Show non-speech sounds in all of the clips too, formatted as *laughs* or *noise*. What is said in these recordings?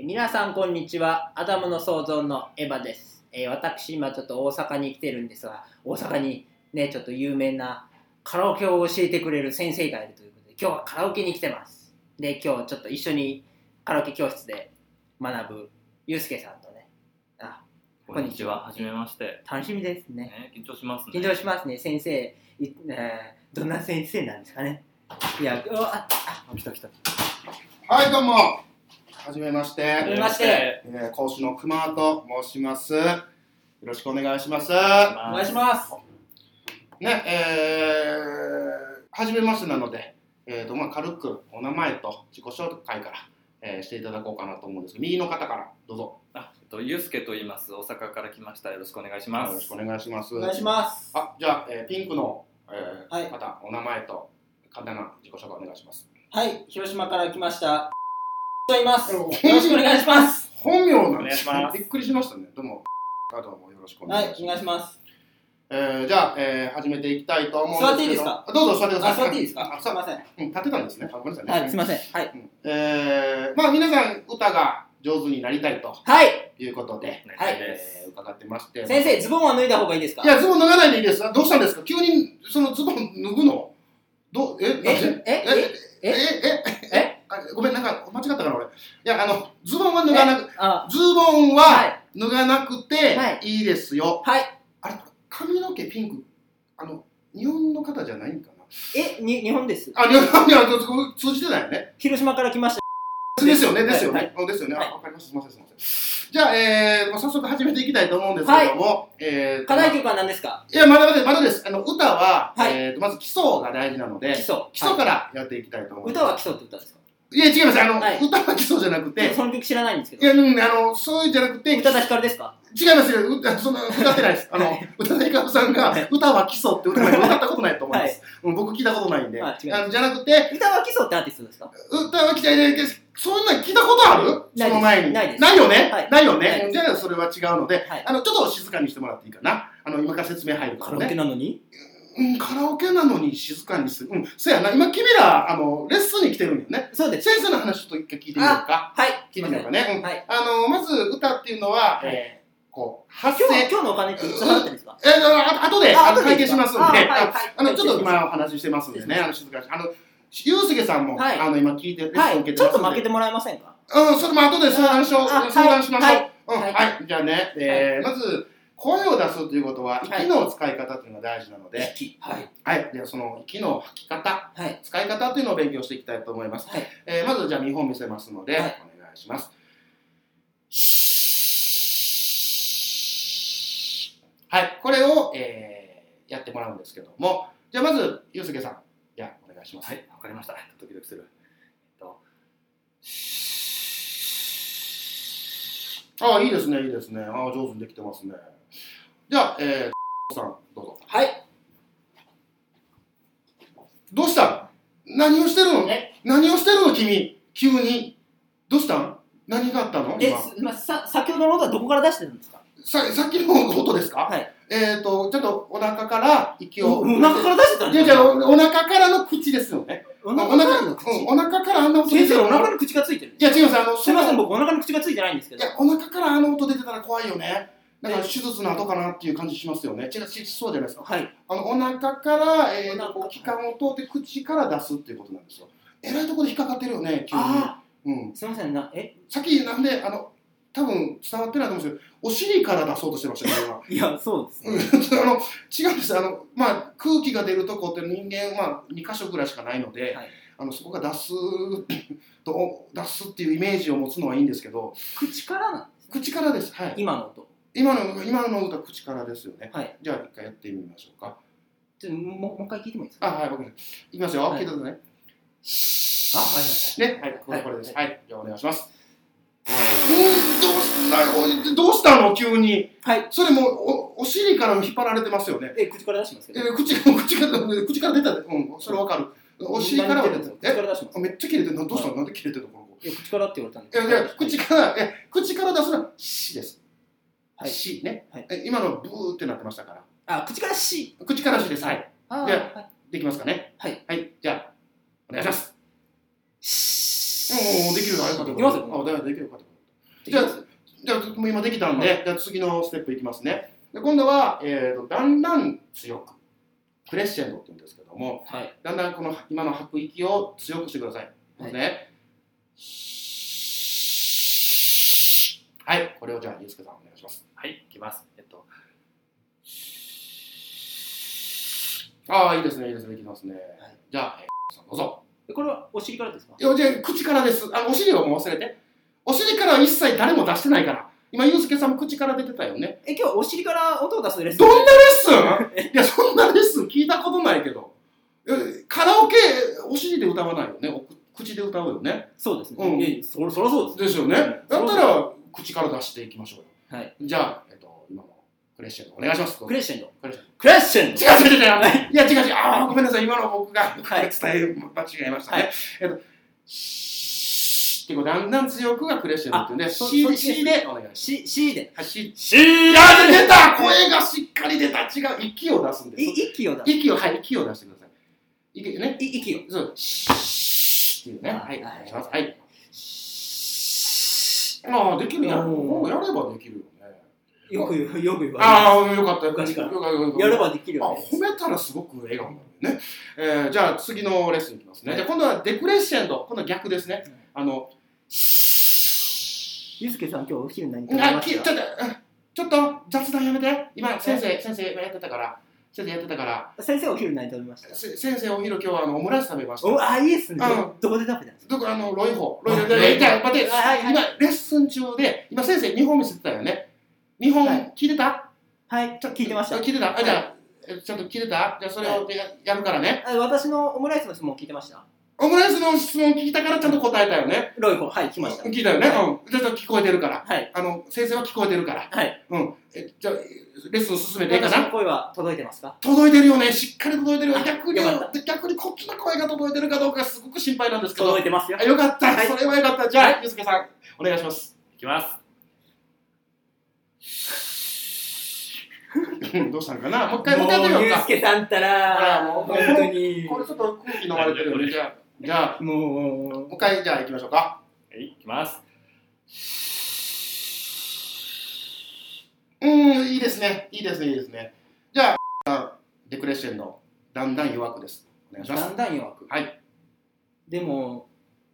皆さんこんにちはアダムの創造のエヴァです、えー私今ちょっと大阪に来てるんですが大阪にねちょっと有名なカラオケを教えてくれる先生がいるということで今日はカラオケに来てますで今日ちょっと一緒にカラオケ教室で学ぶゆうすけさんとねあこんにちは、はじめまして。楽しみですねね、緊張しますね。緊張しますね先生い、えーどんな先生なんですかねいやうわああ来た来たはい、どうも。はじめまして。はじめましてえー講師の熊と申します。よろしくお願いします。おお願いしますね、えー、はじめましてなので、えーと、まあ、軽くお名前と自己紹介から、えーしていただこうかなと思うんですけど、右の方からどうぞ。あ、えっと、ゆうすけと言います。大阪から来ました。よろしくお願いします。よろしくお願いします。お願いしますあ、じゃあ、えーピンクの、えーはい方、お名前と簡単な自己紹介お願いします。はい、広島から来ました。と言います。よよろろしくしくおお願いします。本名なんですお願いしますびっくりしましたね。どうも、あどうもよろしくおは願いしいま、す。お願いします。えー、じゃあ、えー、始めていきたいと思うんですけど座っあどうぞ座ってくださあ、い座っていいですか。あすそみうません。うん、立てたんですねあごめんなさいねはい、すみません。はい。うんえー、まあ皆さん歌が上手になりたいとはい、いうことで、ねはいですえー、伺ってまして先生、ズボンは脱いだ方がいいですか。いやズボン脱がないでいいですあどうしたんですか急にそのズボン脱ぐのどうえなんえ、でえ、え、ええええあごめんなんか間違ったかな俺いやあのズボンは脱がなくあ、ズボンは、はい脱がなくてはいいいですよ、はい、あれ髪の毛ピンクあの日本の方じゃないんかなえ、に、日本です。あ、いや、いや、通じてないよね。広島から来ました。ですよね、はいですよね。ですよね。あ、わかります。すみません、すみません。じゃあ、えー、まあ早速始めていきたいと思うんですけども、えーと課題曲は何ですか。いや、まだまだ、まだです。あの、歌は、はいえーと、まず基礎が大事なの基で、礎。基礎はからやっていきたいと思いいます。歌は基礎って歌ですか。いや、違います。あの、はい歌は基礎じゃなくで、て、その曲知らないんですけいど。や、うん、あの、そういうんじゃなくて、違い宇ま多田ヒカルですか。すよ。 *laughs* 歌その歌ってないです。あの、宇多田ヒカルさんが、歌は基礎って歌なんて歌ったことないと思います。うん僕聞いたことないんで。あ違いますのじゃなくて、歌は基礎ってアーティストですか。歌は嫌いだけど、そんなん聞いたことあるないですその前に。ないですよね、はいないよないでねすじゃあそれは違うので、はいあの、ちょっと静かにしてもらっていいかな。あの、今から説明入るかカラらオケね。なのに。うん、カラオケなのに静かにする。うん、そうやな。今、君ら、あの、レッスンに来てるんよね。そうです。先生の話ちょっと一回聞いてみようか。はい、聞いてみようかね。うんはいあの、まず歌っていうのはは、いえーこう、発今日、声。今日のお金っていつ払ってるんですか。えー、ああとで、あの後会で計いいしでかますんで。あはいはいあの、ちょっと今お話ししてますんでね、あの、静かに。あの、ゆうすけさんも、はいあの、今聞いて、レッはスン受い、ちけてょまっとすんで負け。てもらえませんか。うん、それも後で相談しよう。あ相談しましょう。うん、ははいい、じゃあね、えーまず、声を出すということは、はい息の使い方というのが大事なので、はい、はい、ではその息の吐き方、はい、使い方というのを勉強していきたいと思います。はいえーまず、じゃあ見本見せますので、はいお願いします。はい、これを、えーやってもらうんですけども、じゃあまず、ゆうすけさん、じゃあお願いします。はい、わかりました。ドキドキする。えっと、ああ、いいですね、いいですね。ああ、上手にできてますね。じゃあ、えー、さん、どうぞ。はい、どうしたん何をしてるのえ何をしてるの君、急に。どうしたん何があったのえ、今すまさ、先ほどの音はどこから出してるんですか。ささっきの音ですかはい。えっ、ー、と、ちょっとお腹から息を。お腹から出してたんいでやすいかや、おお腹からの口ですよね。お腹からの口うんお腹からあんな音先生、るお腹の口がついてるんいですや、違います。あの、すいません、い僕、お腹の口がついてないんですけどや、、お腹からあの音出てたら怖いよね。だからえ手術の後かなっていう感じしますよね。違う、しそうじゃないですか。はい、あのお腹から、えおー、腹こう気管を通って口から出すっていうことなんですよ。えらいところで引っかかってるよね、急に。あうん、ー、すいません、なえ、さっきなんで、あの多分伝わってないと思うんですけど、お尻から出そうとしてましたね、い今。や、 *laughs* そうですね、 *laughs* うんあの違うんですあの、まあ、空気が出るとこって人間、まあ、2箇所ぐらいしかないので、はいあのそこが出す *coughs* と出すっていうイメージを持つのはいいんですけど口からなんですね、口からです、はい、今の音、今の今の歌口からですよねはい、じゃあ一回やってみましょうかちょっともうもう一回聞いてもいいですか、あはいわかりましたいきますよ、はい聞いてくださいねあ、はいね、はい、こはれいこれです。はい、じゃあお願いします。うん、どうしたどうしたの急に。はい、はい、はい、それもうおお尻から引っ張られてますよね。え、口から出してますけえど、口 *laughs* 口から口から出たで、うん、それわかる。お尻からは出出てるんでたすよ、口えから出してます、めっちゃ切れてる。などうしたの、はなんで切れてるのこの子。いや、口からって言われたんいで、やいや、口から、え、口から出すのは、しです。はいしね、はいえ今のブーってなってましたから。あ、口からし、口からしです。はい。あいやー、はい、できますかね。はい。はい、じゃあ、お願いします。しもうできるよ、あれかとい思きうますよ、あ、だよできるよかと思うじゃあ、じゃあもう今できたんで、じゃあ次のステップいきますね。で今度は、えーとだんだん強く、クレッシェンドって言うんですけども、はいだんだんこの今の吐く息を強くしてください。はいね。はい、これをじゃあ、ゆうすけさんお願いします。はい、いきます。えっと、ああ、いいですね、いいですね、できますね。いじゃあ、えーさんどうぞ。えこれはお尻からですかいやじゃあ口からですあお尻はもう忘れてお尻からは一切誰も出してないから今ユうスケさんも口から出てたよねえ今日お尻から音を出すレッスンどんなレッス *laughs* ンいやそんなレッスン聞いたことないけどえカラオケお尻で歌わないよねお口で歌うよねそうですね、うんいやいやそそらそうですですよねだったら口から出していきましょうよ、はい、じゃあ、えっと、今のクレッシェンドお願いしますクレッシェンドクレッシェンクレッシェンドド違う違う違ういや違う違うああごめんなさい今の僕がはい伝え間違えましたね、はえっとシーってこうだんだん強くがクレッシェンドっていうんでそ C そっでちです C でお願いしますし C ではい C い C いや出た声がしっかり出た違う息を出すんです息を出す息をはい息を出してください息ねい息をそうシーっていうねはいお願いしますはいああできるやんうんもうやればできるよねよく言うよく言われますああよかったよかっ昔たからよかったよかったやればできるあよね褒めたらすごく笑顔になるよね、えーじゃあ次のレッスンいきますね、じゃあ今度はデクレッシェンド今度は逆ですね、あのゆうすけさん今日お昼何食べあまきちしょったとあちょっと雑談やめて今先生先生今やってたから先生やってたから先生お昼何食べましたせ先生お昼今日はあのオムライス食べましたおあいいっすねうどこで食べたんですかどこあのロイホロイホあでロイホじゃあ待って、はいはい今レッスン中で今先生日本見せてたよね日本はい聞いてた、はいちょっと聞いてました聞いてたあじゃあえちょっと聞いてたじゃあそれをややるからねあ私のオムライスの質問聞いてましたオムライスの質問聞いたからちゃんと答えたよねロイコはい来ました聞いたよね。うん。ちょっと聞こえてるから。はいあの、先生は聞こえてるから。はい。うん。えじゃあ、レッスン進めていいか私のな声は届いてますか届いてるよね。しっかり届いてるよ。あ逆によかっ、逆にこっちの声が届いてるかどうかすごく心配なんですけど。届いてますよあよかった、はいそれはよかった。じゃあ、ゆうすけさん、お願いします。いきます。 *laughs* うんどうしたのかなもう一回、ももう一回やっうてゆうみようすか。けさんったあらもう本当にこれちょっと空気飲まれてるよね。じゃあ、じゃあももう一回、じゃあ行きましょうか。はい、いきます。うーん、いいですね。いいですね、いいですね。じ *laughs* ゃあ、デクレッシェンド、だんだん弱くです。お願ういしますだ。んだん弱くはいでも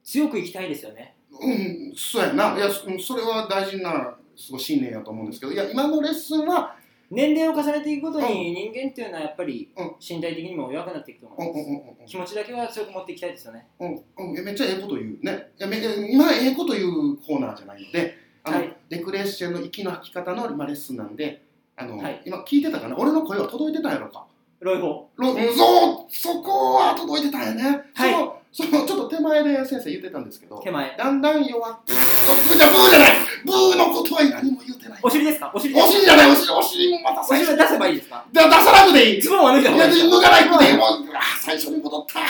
強くいきたいですよねうん、そうやな、いや、そうんそれは大事な、すごい信念やと思うんですけど、いや、今のレッスンは、年齢を重ねていくごとに人間っていうのはやっぱりうん身体的にも弱くなっていくと思ういんうんまうすん気持ちだけは強く持っていきたいですよねうんうん、うん、いやめっちゃええこと言うね。いやめ今、ええこと言うコーナーじゃないので、あの、はいデクレッシェンの息の吐き方の今レッスンなんで、あの、はい今聞いてたかな、俺の声は届いてたんやろか。ロイホろうんそう、そこは届いてたんやね。はいその、その、ちょっと手前で先生言ってたんですけど、手前だんだん弱く、おじゃあブーじゃないブーのことは何も言うてない。お尻ですかお尻でおす尻じゃない、お尻、お尻もまたお最尻初は出せばいいですかだ出さなくていいズボンは脱いだい方がや、いいです脱かがないくていいもう、うわ最初に戻った。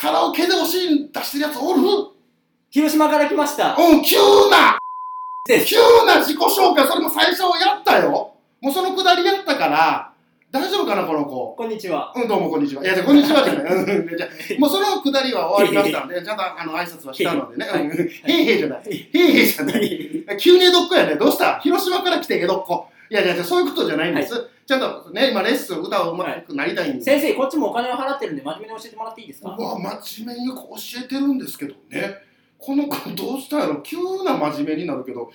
カラオケでお尻出してるやつおる広島から来ましたうん、急なです急な自己紹介、それも最初やったよ。もうそのくだりやったから、大丈夫かな、この子。こんにちはうん、どうもこんにちは。いや、じゃあこんにちはじゃ *laughs* ない。うんうんじゃあもうそのくだりは終わりましたので、 *laughs* ちゃんとあの挨拶はしたのでね。うんへいへいじゃない。へいへいじゃない。急に江戸っ子やね。どうした広島から来て江戸っ子。いやいやいや、そういうことじゃないんです。ちゃんとね、今レッスン、歌をうまくなりたいんです。先生こっちもお金を払ってるんで真面目に教えてもらっていいですうかわ、真面目に教えてるんですけどね。この子どうしたやろ急な真面目になるけど、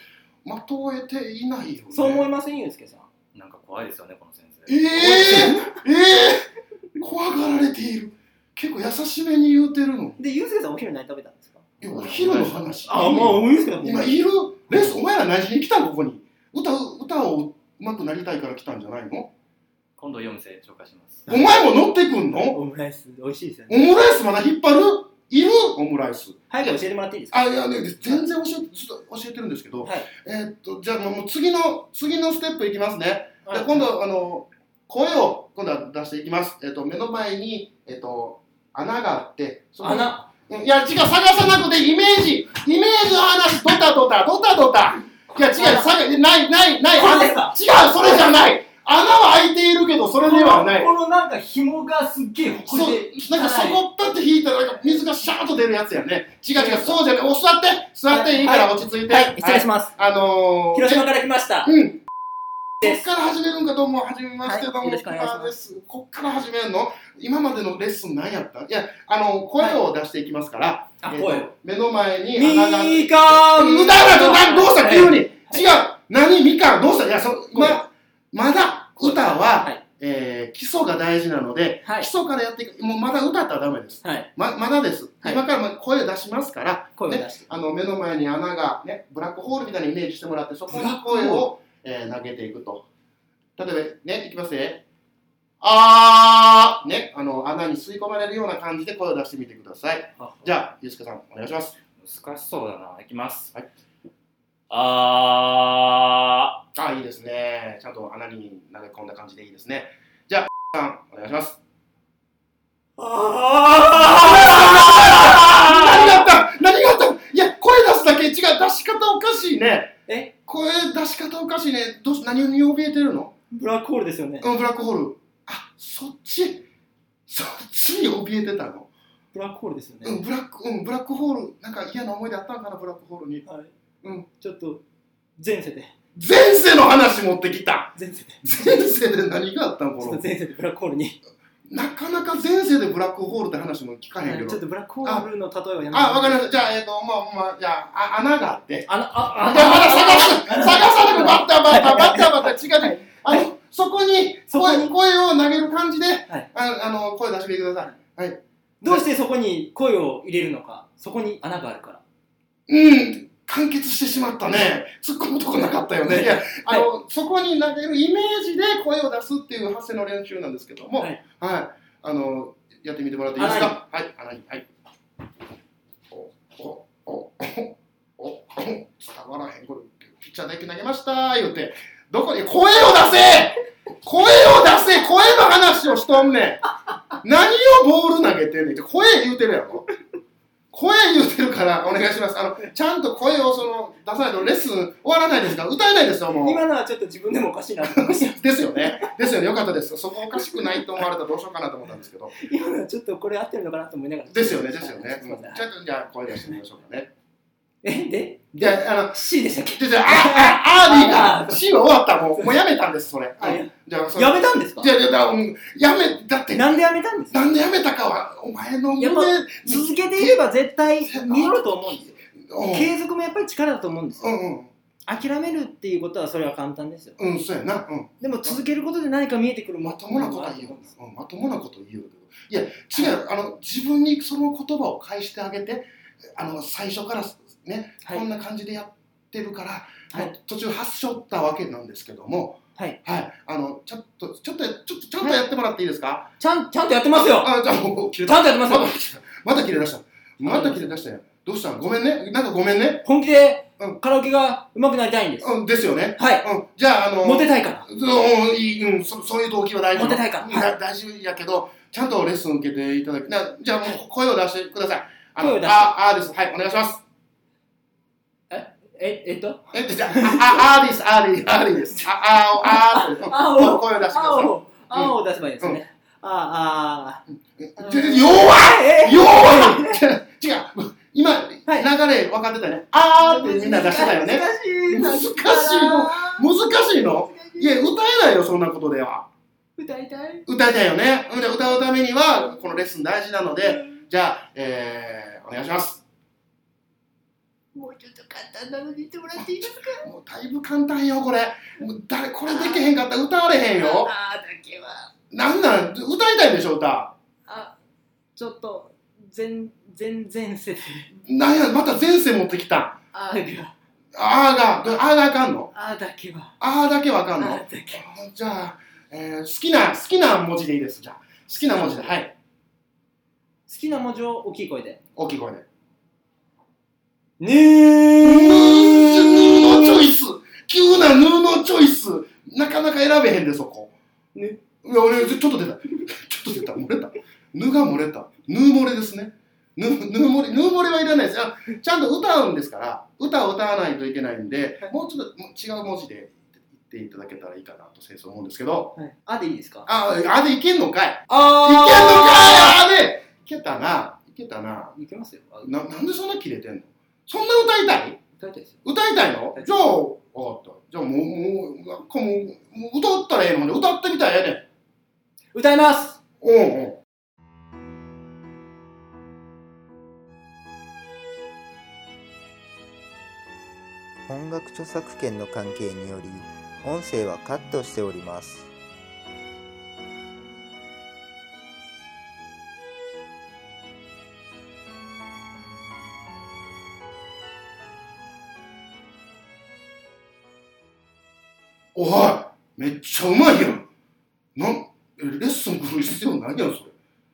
まとえていないよね。そう思いませんゆうすけさんなんか怖いですよね、この先生。えー、えー、怖がられている。結構優しめに言うてるの。でゆうすけさんお昼何食べたんですかいや、お昼の話。うゆうすけさ今いるレッスン、お前ら何時に来たんここに。歌う、歌をうまくなりたいから来たんじゃないの今度4店紹介します。お前も乗ってくんのオムライス美味しいですよオムライスまだ引っ張るいるオムライス。早く教えてもらっていいですかあいやね全然教えずっと教えてるんですけど、はいえーっとじゃあもう次の次のステップいきますね。で今は度あの声を今度は出していきます。えーっと目の前にえーっと穴があってそこに穴うんいや違う探さなくてイメージイメージの話ドタドタドタドタいや違う穴探ないないないこれですか違うそれじゃない穴は開いているけど、それではない。このなんか紐がすっげえそほうこりでなんかそこパッて引いたらなんか水がシャーッと出るやつやね。違う違う、そうじゃね。お座って座っていいから落ち着いて。はい、失礼します。あのー、広島から来ました。うん。こでっすから始めるんかどうも、はじめまして、どうはいも、よろしくお願いします福田です。こっから始めるの今までのレッスン何やったいや、あの、声を出していきますから、あ、え声っとを。目の前にみ穴が。ーかーん無駄だ、無駄どうした、急に。違うはい。何、みかん、どうしたいや、そ、ま、まだ、歌はは、い。えー、基礎が大事なので、はい基。礎からやっていく。もうまだ歌ったらダメです。はい。ま、まだです。はい今からま声を出しますから、声を出して。あの目の前に穴が、ね、ブラックホールみたいなイメージしてもらって、そこブラにックホール声を、えー投げていくと。例えば、ね、いきますね。あー、ね、あの穴に吸い込まれるような感じで声を出してみてください。じゃあ、ゆうすけさん、お願いします。難しそうだな。いきます。はいああー、いいですね。ちゃんと穴に投げ込んだ感じでいいですね。じゃあ、さん、お願いします。何があった何があったいや、声出すだけ違う。出し方おかしいね。え声出し方おかしいね。どうし何に怯えてるのブラックホールですよね。うん、ブラックホール。あ、そっち、そっちに怯えてたの。ブラックホールですようん、ね。ブラック、うん、ブラックホール、なんか嫌な思い出あったんかな、ブラックホールに。はい。うん。ちょっと、前世で、前世の話持ってきた。前世で、前世で何があったん、ちょっとこの。前世でブラックホールに、なかなか前世でブラックホールって話も聞かへんはけいちょどっ。とブラックホールの例えはやめあ、わかりましした。じゃあ、えっ、と、まあ、まあ、じゃあ、あ穴があって。た。あの、あ、あ、あまだ探す探さなくバッターバッターバッターバッター違うね。あの、そこにそこ声に声を投げる感じで、いああの、声出してみてください。どうしてそこに声を入れるのか、そこに穴があるから。うん、完結してしまったね。突っ込むとこなかったよね。いや、あの、そこに投げるイメージで声を出すっていう発声の練習なんですけども、ははいい、あの、やってみてもらっていいですか。はい、あの、はい。お、お、お、お、お、伝わらへん。これ、ピッチャーだけ投げました言って、どこに声を出せ声を出せ声の話をしとんねん何をボール投げてんねんって声言うてるやろ声言うてるからお願いしますあのちゃんと声をその出さないとレッスン終わらないですから歌えないですよもう今のはちょっと自分でもおかしいなと思いました。ですよねですよねよかったですそこおかしくないと思われたらどうしようかなと思ったんですけど今のはちょっとこれ合ってるのかなと思いながら。ですよねですよはねい、すういませんん、ちゃんとじゃあ声出してみましょうかねえ、で、じゃああの C でしたっけじゃあじゃああああーでいいから C は終わったもうもうやめたんですそれ、あやじゃあそれやめたんですかじゃあじゃあうんやめだってなんでやめたんですかなんでやめたかはお前のやっ胸ぱ続けていれば絶対実ると思うんですよ。うん継続もやっぱり力だと思うんですうよ。んうん諦めるっていうことはそれは簡単ですよ。うん、そうやな。うん。でも続けることで何か見えてくるまともなことものが言うあると思ようんです。うん、まともなこと言うよ。いや、違う。あの、自分にその言葉を返してあげて、あの、最初からね、はいこんな感じでやってるから、はいもう途中発症ったわけなんですけども、はい。はい。あの、ちょっと、ちょっと、ちょっと、ちょっとやってもらっていいですか、ちゃん、ちゃんとやってますよあ、じゃあもう、切れちゃんとやってまますだよ切れまだ切れ出した。まだ切れ出したよ。どうしたごめんね。なんかごめんね。本気でうんカラオケが上手くなりたいんです。うん、ですよね。はい。うん。じゃあ、あの、モテたいから。うん、いい、うん、そそういう動機は大事モテたいからうんはだ大事やけど、ちゃんとレッスン受けていただき、なじゃあもう声を出してください。あの声を出してあ、あです。はい、お願いします。え、えっとえっと、じゃあ、あ、あです、あです、あです。あ、あ、あです。うんあお声を出してくだ青さを、い青を出せばいいですね。あーあー、ちょ。ちょ弱いえ弱い違う。今、はい流れ分かってたよね。あーってみんな出してたよね。難しい。難しいの。難しいのいや、歌えないよ、そんなことでは。歌いたい。歌いたいよね。うんで歌うためには、このレッスン大事なので、じゃあ、えー、お願いします。もうちょっと簡単なのに言ってもらっていいですかもうだいぶ簡単よ、これ。もう誰、これできへんかったら歌われへんよ。あーだけは。なんなん、歌いたいでしょ、歌。あ、ちょっと、全、全前世で。なんや、また前世持ってきた。あーが、あーが、どあーがあかんのあーだけは。あーだけわかあんーのだあけは。ーじゃあ、えー、好きな、好きな文字でいいです、じゃあ。好きな文字で、はい。好きな文字を大きい声で。大きい声で。ねーヌーのチョイス急なヌーのチョイスなかなか選べへんで、そこ。ねいや、俺、ちょっと出た。 *laughs* ちょっと出た。漏れた。ぬが漏れた。ぬー漏れですね。ぬ、ぬー漏れ、ぬー漏れはいらないですよ。ちゃんと歌うんですから、歌を歌わないといけないんで、もうちょっともう違う文字でっていただけたらいいかなと先生思うんですけど、はい、あでいいですかあ、あれいけんのかいいけんのかいああれいけたな、いけたな。いけますよあななんでそんなキレてんのそんな歌いたい歌いたいですよ歌いたいのじゃあ、わかった。じゃあもう、もう、なんかもう、もう歌ったらええのに、歌ってみたらええねん。歌いますうんうん。音楽著作権の関係により音声はカットしておりますおいめっちゃうまいやんなんえレッスン来る必要ないやんそれ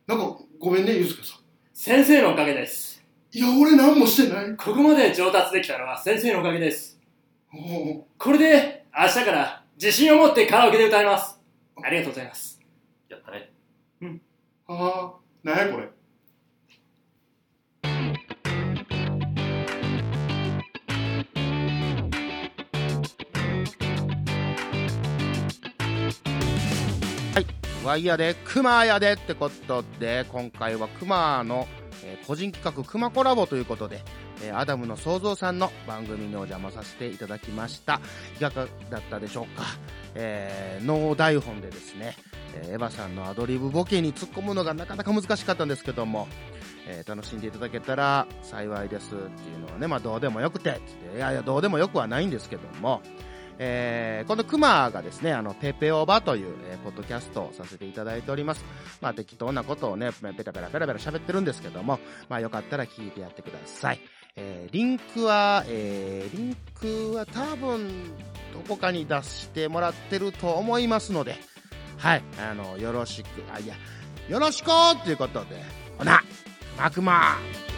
なんかごめんねゆうすけさん先生のおかげですいや俺何もしてないここまで上達できたのは先生のおかげですおうこれで明日から自信を持ってカラオケで歌いますありがとうございますやったね。ああなんやこれワイヤーで、クマやでってことで、今回はクマの、えー個人企画クマコラボということで、えーアダムの創造さんの番組にお邪魔させていただきました。いかがだったでしょうかえー、ノー台本でですね、えーエヴァさんのアドリブボケに突っ込むのがなかなか難しかったんですけども、えー楽しんでいただけたら幸いですっていうのはね、まあどうでもよくて、つっていやいやどうでもよくはないんですけども、えーこのクマがですね、あの、ペペオバという、えーポッドキャストをさせていただいております。まあ、適当なことをね、ペラペラペラペラ喋ってるんですけども、まあ、よかったら聞いてやってください。えーリンクは、えーリンクは多分、どこかに出してもらってると思いますので、はい、あの、よろしく、あ、いや、よろしくーということで、ほな、マクマー